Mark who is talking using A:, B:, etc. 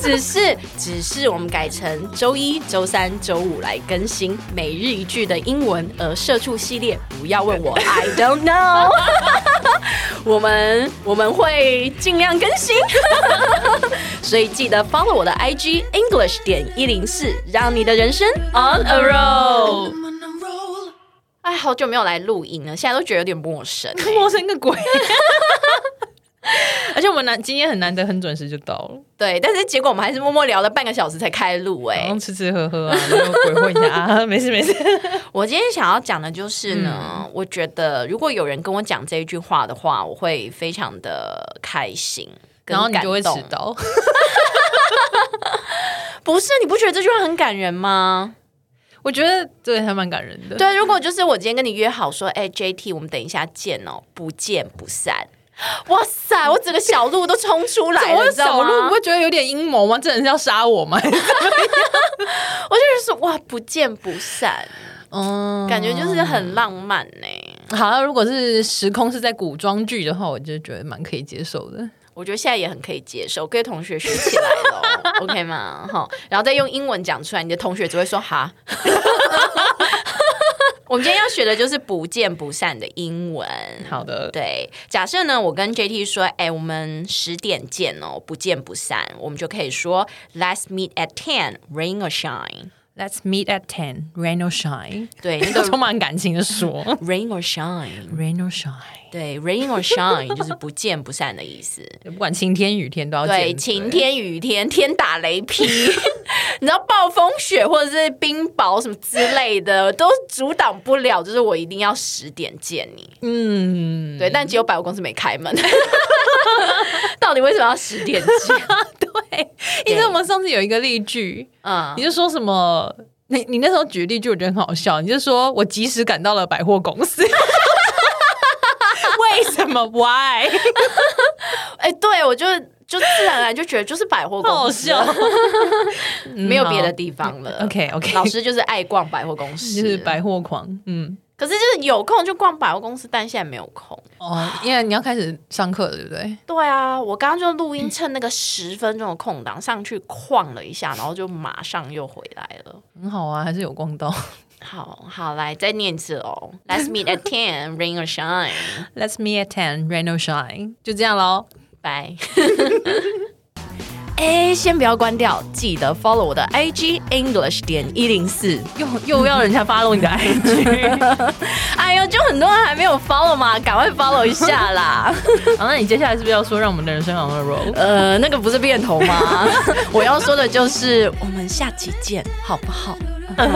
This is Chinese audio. A: 只是只是我们改成周一、周三、周五来更新每日一句的英文，而社畜系列不要问 我，I don't know 我们我们会尽量更新， 所以记得 follow 我的 IG English 点一零四，让你的人生 on a roll。
B: I'm on a roll.
A: 哎，好久没有来录音了，现在都觉得有点陌生、
C: 陌生个鬼！ 而且我们难今天很难得很准时就到了，
A: 对，但是结果我们还是默默聊了半个小时才开录、
C: 然
A: 哎
C: 后，吃吃喝喝啊，然后鬼混一下 啊，没事没事。
A: 我今天想要讲的就是呢，
C: 嗯
A: 我觉得如果有人跟我讲这一句话的话，我会非常的开心。跟
C: 然后你就会迟
A: 感动
C: 到，
A: 不是？你不觉得这句话很感人吗？
C: 我觉得对还蛮感人的。
A: 对，如果就是我今天跟你约好说，哎、j t 我们等一下见哦，不见不 散。哇塞，我整个小鹿都冲出来了，
C: 我
A: 你知道
C: 小鹿
A: 吗
C: 不？会觉得有点阴谋吗？这人是要杀我吗？
A: 我就是说，哇，不见不散，
C: 嗯，
A: 感觉就是很浪漫呢、
C: 好。如果是时空是在古装剧的话，我就觉得蛮可以接受的。
A: 我觉得现在也很可以接受，各位同学学起来喽，OK 吗？哈，然后再用英文讲出来，你的同学只会说哈。我们今天要学的就是不见不散的英文。
C: 好的，
A: 对，假设呢，我跟 JT 说，哎、我们十点见哦，不见不散，我们就可以说 Let's meet at ten, rain or shine。
C: Let's meet at ten, rain or shine。
A: 对，那
C: 都
A: 个
C: 充满感情的说
A: rain or shine，
C: ，rain or shine，
A: 对，rain or shine 就是不见不散的意思。
C: 不管晴天雨天都要
A: 对，
C: 见
A: 晴天、雨天、天打雷劈， 你知道暴风雪或者是冰雹什么之类的，都阻挡不了。就是我一定要十点见你。
C: 嗯，
A: 对，但只有百货公司没开门。 到底为什么要十点 见？
C: 对。啊因为我们上次有一个例句，
A: 嗯，
C: 你就说什么？你你那时候举例句，我觉得很好笑。你就说我及时赶到了百货公司，为什么？Why？
A: 哎、对我就就自然而然就觉得就是百货
C: 好
A: 公司，
C: 笑。
A: 没有别的地方了。
C: OK OK，
A: 老师就是爱逛百货公司，
C: 就是百货狂，嗯，
A: 可是就是有空就逛百货公司，但现在没有空。
C: 哦，因为你要开始上课了，对不对？
A: 对啊，我刚刚就录音，趁那个十分钟的空档上去逛了一下，然后就马上又回来了。
C: 很好啊，还是有逛到。
A: 好好来，再念一次哦。Let's meet at ten, rain or shine.
C: Let's meet at ten, rain or shine，就这样喽。
A: 拜。哎，先不要关掉，记得 follow 我的 IG English 点一零 四。
C: 又又要人家 follow 你的 IG，
A: 哎呦，就很多人还没有 follow 嘛，赶快 follow 一下 啦。
C: 好，那你接下来是不是要说让我们的人生 on a roll？
A: 呃，那个不是变头吗？我要说的就是，我们下期见，好不好？
B: And